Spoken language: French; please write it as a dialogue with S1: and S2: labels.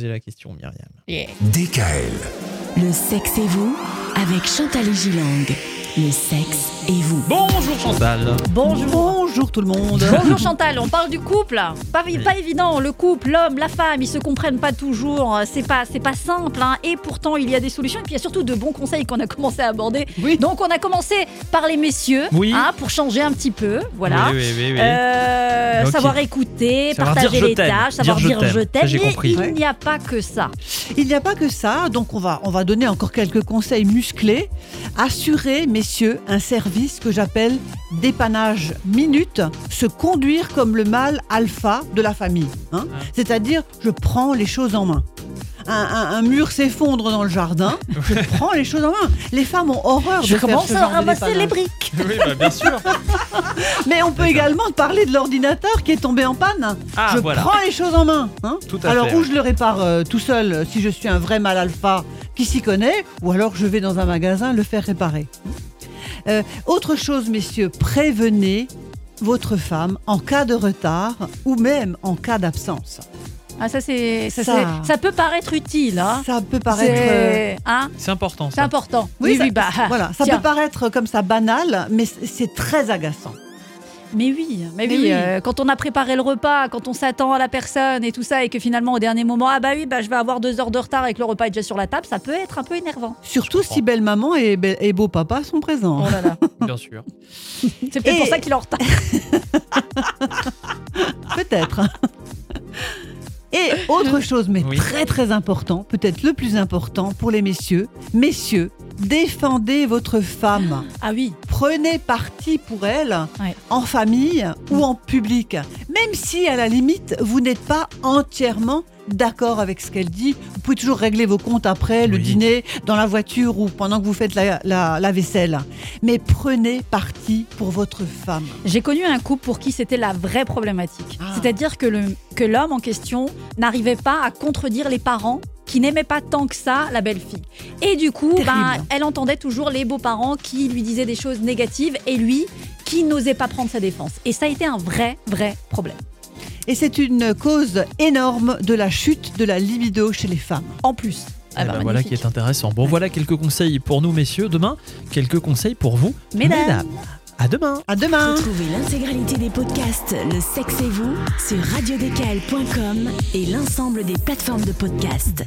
S1: Posez la question, Myriam.
S2: DKL.
S3: Le sexe et vous avec Chantal et Gilang. Le sexe et vous.
S1: Bonjour Chantal.
S4: Bonjour.
S1: Bonjour tout le monde.
S4: Bonjour Chantal, on parle du couple. Pas,
S1: Oui.
S4: pas évident, le couple, l'homme, la femme, ils se comprennent pas toujours. euh, C'est pas, c'est pas simple. hein. Et pourtant, il y a des solutions. Et puis il y a surtout de bons conseils qu'on a commencé à aborder.
S1: Oui.
S4: Donc on a commencé par les messieurs,
S1: Oui.
S4: hein, pour changer un petit peu. Voilà.
S1: Oui, oui, oui, oui.
S4: Euh,
S1: Ok.
S4: savoir écouter,
S1: Savoir
S4: partager
S1: dire je
S4: les
S1: t'aime.
S4: tâches, savoir
S1: Dire je
S4: dire,
S1: t'aime.
S4: je
S1: Ça,
S4: t'aime.
S1: j'ai
S4: Mais
S1: compris.
S4: il n'y a pas que ça.
S5: Il n'y a pas que ça, donc on va, on va donner encore quelques conseils musclés. Assurez, messieurs, un service que j'appelle dépannage minute, se conduire comme le mâle alpha de la famille. hein.
S1: Ah.
S5: C'est-à-dire, je prends les choses en main. Un, un- un mur s'effondre dans le jardin, je prends les choses en main. Les femmes ont horreur
S4: Je
S5: de faire
S4: commence
S5: ce
S4: à
S5: genre de
S4: ramasser les
S5: dépannage.
S4: briques.
S1: Oui, bah, bien sûr.
S5: Mais on peut également parler de l'ordinateur qui est tombé en panne.
S1: Ah,
S5: je
S1: voilà.
S5: prends les choses en main. hein.
S1: Tout à
S5: alors,
S1: fait,
S5: ou
S1: ouais.
S5: je le répare euh, tout seul euh, si je suis un vrai mal alpha qui s'y connaît, ou alors je vais dans un magasin le faire réparer. Euh, autre chose, messieurs, prévenez votre femme en cas de retard ou même en cas d'absence.
S4: Ah, ça, c'est, ça,
S5: Ça.
S4: c'est- ça peut paraître utile. hein.
S5: Ça peut paraître. euh,
S4: C'est- hein,
S1: C'est important
S4: c'est
S1: ça.
S4: important. Oui,
S5: ça-
S4: oui, bah.
S5: voilà, ça
S4: tiens.
S5: peut paraître comme ça banal, mais c- c'est très agaçant.
S4: Mais oui, mais,
S5: Mais
S4: oui.
S5: oui.
S4: euh, quand on a préparé le repas, quand on s'attend à la personne et tout ça, et que finalement au dernier moment, ah bah oui, bah je vais avoir deux heures de retard et que le repas est déjà sur la table, ça peut être un peu énervant.
S5: Surtout
S1: comprends.
S5: si belle maman et, be- et beau papa sont présents.
S4: Oh là là.
S1: Bien sûr.
S4: C'est peut-être
S5: Et-
S4: pour ça qu'il est en retard.
S5: Peut-être. Et autre chose, mais
S1: Oui.
S5: très très important, peut-être le plus important pour les messieurs, messieurs, défendez votre femme.
S4: Ah oui.
S5: Prenez parti pour elle,
S4: Ouais.
S5: en famille ou en public. Même si, à la limite, vous n'êtes pas entièrement d'accord avec ce qu'elle dit, vous pouvez toujours régler vos comptes après, le
S1: Oui.
S5: dîner, dans la voiture ou pendant que vous faites la- la- la vaisselle. Mais prenez parti pour votre femme.
S4: J'ai connu un couple pour qui c'était la vraie problématique.
S5: Ah.
S4: C'est-à-dire que le- que l'homme en question n'arrivait pas à contredire les parents qui n'aimaient pas tant que ça la belle-fille. Et du coup,
S5: Terrible.
S4: ben, elle entendait toujours les beaux-parents qui lui disaient des choses négatives et lui qui n'osait pas prendre sa défense. Et ça a été un vrai, vrai problème.
S5: Et c'est une cause énorme de la chute de la libido chez les femmes.
S4: En plus. Ah
S1: Eh
S4: bah,
S1: ben, voilà qui
S4: magnifique.
S1: est intéressant. Bon, voilà quelques conseils pour nous, messieurs. Demain, quelques conseils pour vous,
S4: Mesdames.
S1: À demain.
S5: À demain
S3: Retrouvez l'intégralité des podcasts Le sexe et vous sur radiodécal.com et l'ensemble des plateformes de podcasts.